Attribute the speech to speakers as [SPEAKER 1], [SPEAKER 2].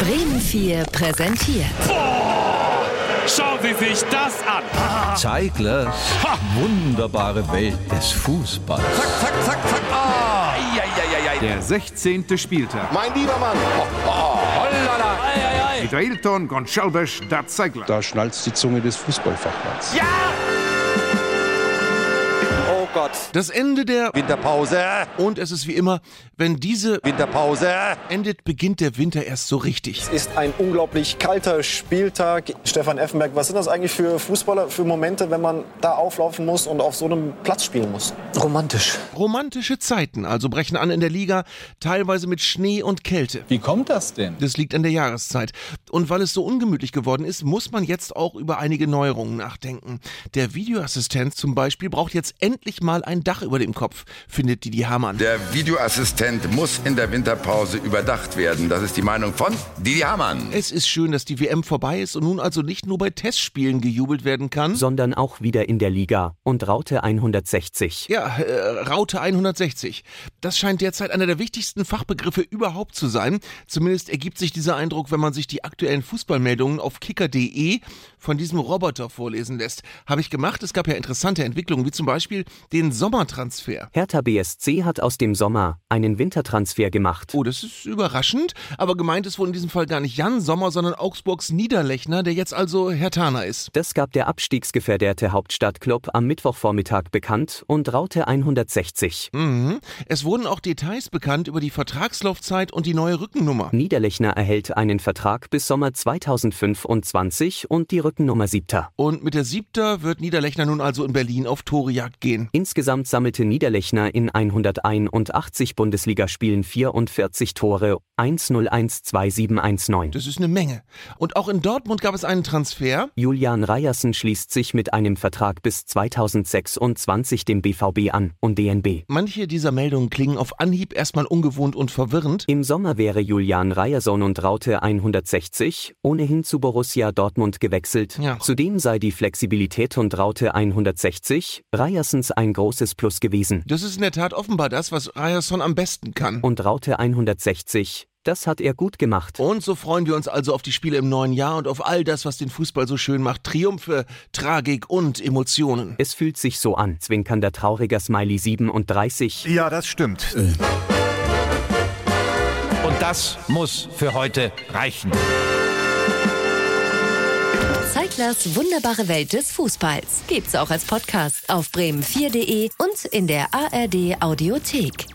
[SPEAKER 1] Bremen 4 präsentiert.
[SPEAKER 2] Schauen Sie sich das an.
[SPEAKER 3] Zeiglers wunderbare Welt des Fußballs.
[SPEAKER 4] Zack, zack, zack, zack. Ah. Eieieiei.
[SPEAKER 5] Der 16. Spieltag.
[SPEAKER 4] Mein lieber Mann. Oh, oh, hollala.
[SPEAKER 5] Mit Ailton, Gonçalves, Dat Zeigler.
[SPEAKER 6] Da schnalzt die Zunge des Fußballfachmanns.
[SPEAKER 4] Oh Gott.
[SPEAKER 7] Das Ende der
[SPEAKER 4] Winterpause.
[SPEAKER 7] und es ist wie immer, wenn diese
[SPEAKER 4] Winterpause.
[SPEAKER 7] endet, beginnt der Winter erst so richtig.
[SPEAKER 8] ist ein unglaublich kalter Spieltag. Stefan Effenberg, was sind das eigentlich für Fußballer, für Momente, wenn man da auflaufen muss und auf so einem Platz spielen muss?
[SPEAKER 9] Romantisch.
[SPEAKER 7] Romantische Zeiten also brechen an in der Liga, teilweise mit Schnee und Kälte.
[SPEAKER 3] Wie kommt das denn?
[SPEAKER 7] Das liegt an der Jahreszeit. Und weil es so ungemütlich geworden ist, muss man jetzt auch über einige Neuerungen nachdenken. Der Videoassistent zum Beispiel braucht jetzt endlich mal ein Dach über dem Kopf, findet Didi Hamann.
[SPEAKER 10] Der Videoassistent muss in der Winterpause überdacht werden. Das ist die Meinung von Didi Hamann.
[SPEAKER 7] es ist schön, dass die WM vorbei ist und nun also nicht nur bei Testspielen gejubelt werden kann.
[SPEAKER 9] Sondern auch wieder in der Liga und Raute 160.
[SPEAKER 7] Ja, äh, Raute 160. Das scheint derzeit einer der wichtigsten Fachbegriffe überhaupt zu sein. Zumindest ergibt sich dieser Eindruck, wenn man sich die aktuellen Fußballmeldungen auf kicker.de von diesem Roboter vorlesen lässt. Habe ich gemacht. Es gab ja interessante Entwicklungen, wie zum Beispiel den Sommertransfer.
[SPEAKER 9] Hertha BSC hat aus dem Sommer einen Wintertransfer gemacht.
[SPEAKER 7] Oh, das ist überraschend, aber gemeint ist wohl in diesem Fall gar nicht Jan Sommer, sondern Augsburgs Niederlechner, der jetzt also Hertaner ist.
[SPEAKER 9] Das gab der abstiegsgefährdete Hauptstadtklub am Mittwochvormittag bekannt und Raute 160.
[SPEAKER 7] Mhm. Es wurden auch Details bekannt über die Vertragslaufzeit und die neue Rückennummer.
[SPEAKER 9] Niederlechner erhält einen Vertrag bis Sommer 2025 und die Rückennummer siebter.
[SPEAKER 7] Und mit der Siebter wird Niederlechner nun also in Berlin auf Torejagd gehen.
[SPEAKER 9] Insgesamt sammelte Niederlechner in 181 Bundesligaspielen 44 Tore, 1-0-1-2-7-1-9.
[SPEAKER 7] Das ist eine Menge. Und auch in Dortmund gab es einen Transfer.
[SPEAKER 9] Julian Reiersen schließt sich mit einem Vertrag bis 2026 dem BVB an und DNB.
[SPEAKER 7] Manche dieser Meldungen klingen auf Anhieb erstmal ungewohnt und verwirrend.
[SPEAKER 9] Im Sommer wäre Julian Reierson und Raute 160 ohnehin zu Borussia Dortmund gewechselt.
[SPEAKER 7] Ja.
[SPEAKER 9] Zudem sei die Flexibilität und Raute 160 Reiersens ein großes Plus gewesen.
[SPEAKER 7] Das ist in der Tat offenbar das, was Ryerson am besten kann.
[SPEAKER 9] Und Raute 160, das hat er gut gemacht.
[SPEAKER 7] Und so freuen wir uns also auf die Spiele im neuen Jahr und auf all das, was den Fußball so schön macht. Triumphe, Tragik und Emotionen.
[SPEAKER 9] Es fühlt sich so an, zwinkernder trauriger Smiley 37.
[SPEAKER 5] Ja, das stimmt.
[SPEAKER 3] Und das muss für heute reichen.
[SPEAKER 1] Zeiglers wunderbare Welt des Fußballs. Gibt's auch als Podcast auf bremen4.de und in der ARD Audiothek.